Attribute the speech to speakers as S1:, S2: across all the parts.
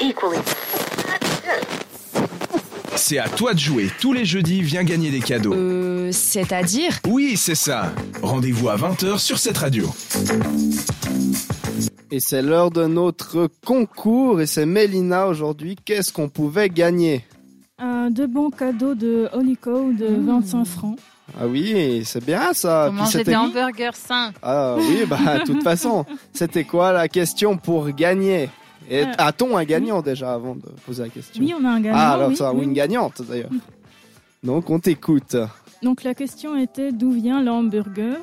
S1: equally.
S2: C'est à toi de jouer. Tous les jeudis, viens gagner des cadeaux.
S3: Euh, c'est-à-dire
S2: Oui, c'est ça. Rendez-vous à 20h sur cette radio.
S4: Et c'est l'heure de notre concours et c'est Mélina aujourd'hui. Qu'est-ce qu'on pouvait gagner
S5: Un de bons cadeaux de Holico de 25 francs.
S4: Ah oui, c'est bien ça.
S6: On
S4: Puis
S6: mangeait
S4: c'était-
S6: des hamburgers sains.
S4: Ah oui, bah de toute façon, c'était quoi la question pour gagner Et
S5: Euh,
S4: a-t-on un gagnant déjà avant de poser la question
S5: Oui, on a un gagnant.
S4: Ah alors
S5: oui,
S4: ça, ou
S5: oui.
S4: une gagnante d'ailleurs. Donc on t'écoute.
S5: Donc la question était d'où vient l'hamburger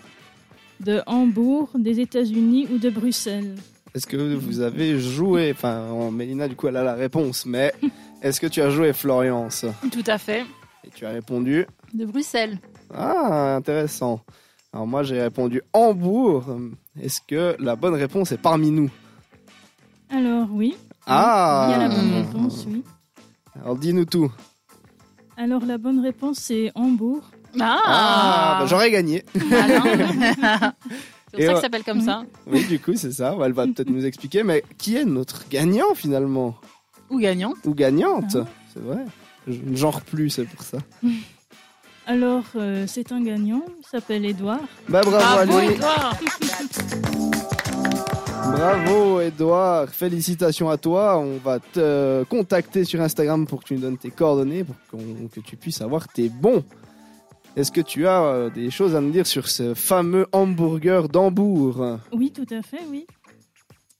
S5: De Hambourg, des États-Unis ou de Bruxelles
S4: Est-ce que vous avez joué Enfin, en- Mélina, du coup, elle a la réponse, mais est-ce que tu as joué Florence
S6: Tout à fait.
S4: Et tu as répondu
S6: De Bruxelles.
S4: Ah, intéressant. Alors moi, j'ai répondu Hambourg. Est-ce que la bonne réponse est parmi nous
S5: Alors oui,
S4: Ah
S5: il y a la bonne réponse, oui.
S4: Alors dis-nous tout.
S5: Alors la bonne réponse c'est Hambourg.
S4: Ah, bah, j'aurais gagné.
S6: Malin. C'est pour
S4: Et
S6: ça
S4: ouais.
S6: qu'il s'appelle comme ça.
S4: Oui, du coup, c'est ça. Elle va peut-être nous expliquer. Mais qui est notre gagnant finalement
S6: Ou gagnant.
S4: Ou gagnante C'est vrai. Je ne genre plus, c'est pour ça.
S5: Alors euh, c'est un gagnant, il s'appelle Edouard.
S4: Bah bravo,
S6: Bravo,
S4: à lui.
S6: Edouard.
S4: Bravo Edouard, félicitations à toi. On va te euh, contacter sur Instagram pour que tu nous donnes tes coordonnées, pour qu'on- que tu puisses avoir tes bons. Est-ce que tu as euh, des choses à me dire sur ce fameux hamburger d'Hambourg
S5: Oui, tout à fait, oui.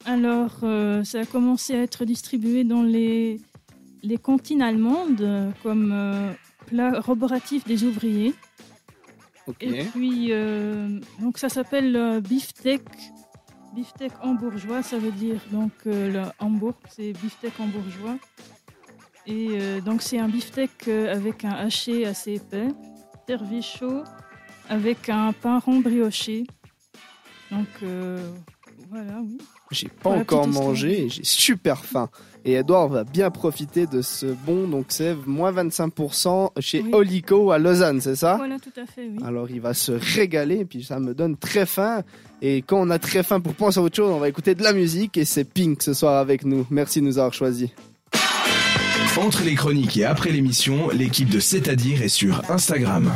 S5: Alors euh, ça a commencé à être distribué dans les, les cantines allemandes euh, comme euh, plat roboratif des ouvriers.
S4: Ok.
S5: Et puis, euh, donc ça s'appelle euh, beefsteak. Beefsteak hambourgeois, ça veut dire donc euh, le Hambourg, c'est beefsteak hambourgeois. Et euh, donc c'est un beefsteak euh, avec un haché assez épais, servi chaud, avec un pain rond brioché. Donc euh, voilà, oui.
S4: J'ai pas
S5: Voilà,
S4: encore
S5: petite histoire.
S4: mangé et j'ai super faim. Et Edouard va bien profiter de ce bon, donc c'est moins 25% chez
S5: Oui.
S4: Olico à Lausanne, c'est ça
S5: Voilà, tout à fait, oui.
S4: Alors il va se régaler, et puis ça me donne très faim. Et quand on a très faim pour penser à autre chose, on va écouter de la musique et c'est Pink ce soir avec nous. Merci de nous avoir choisis.
S2: Entre les chroniques et après l'émission, l'équipe de C'est-à-dire est sur Instagram.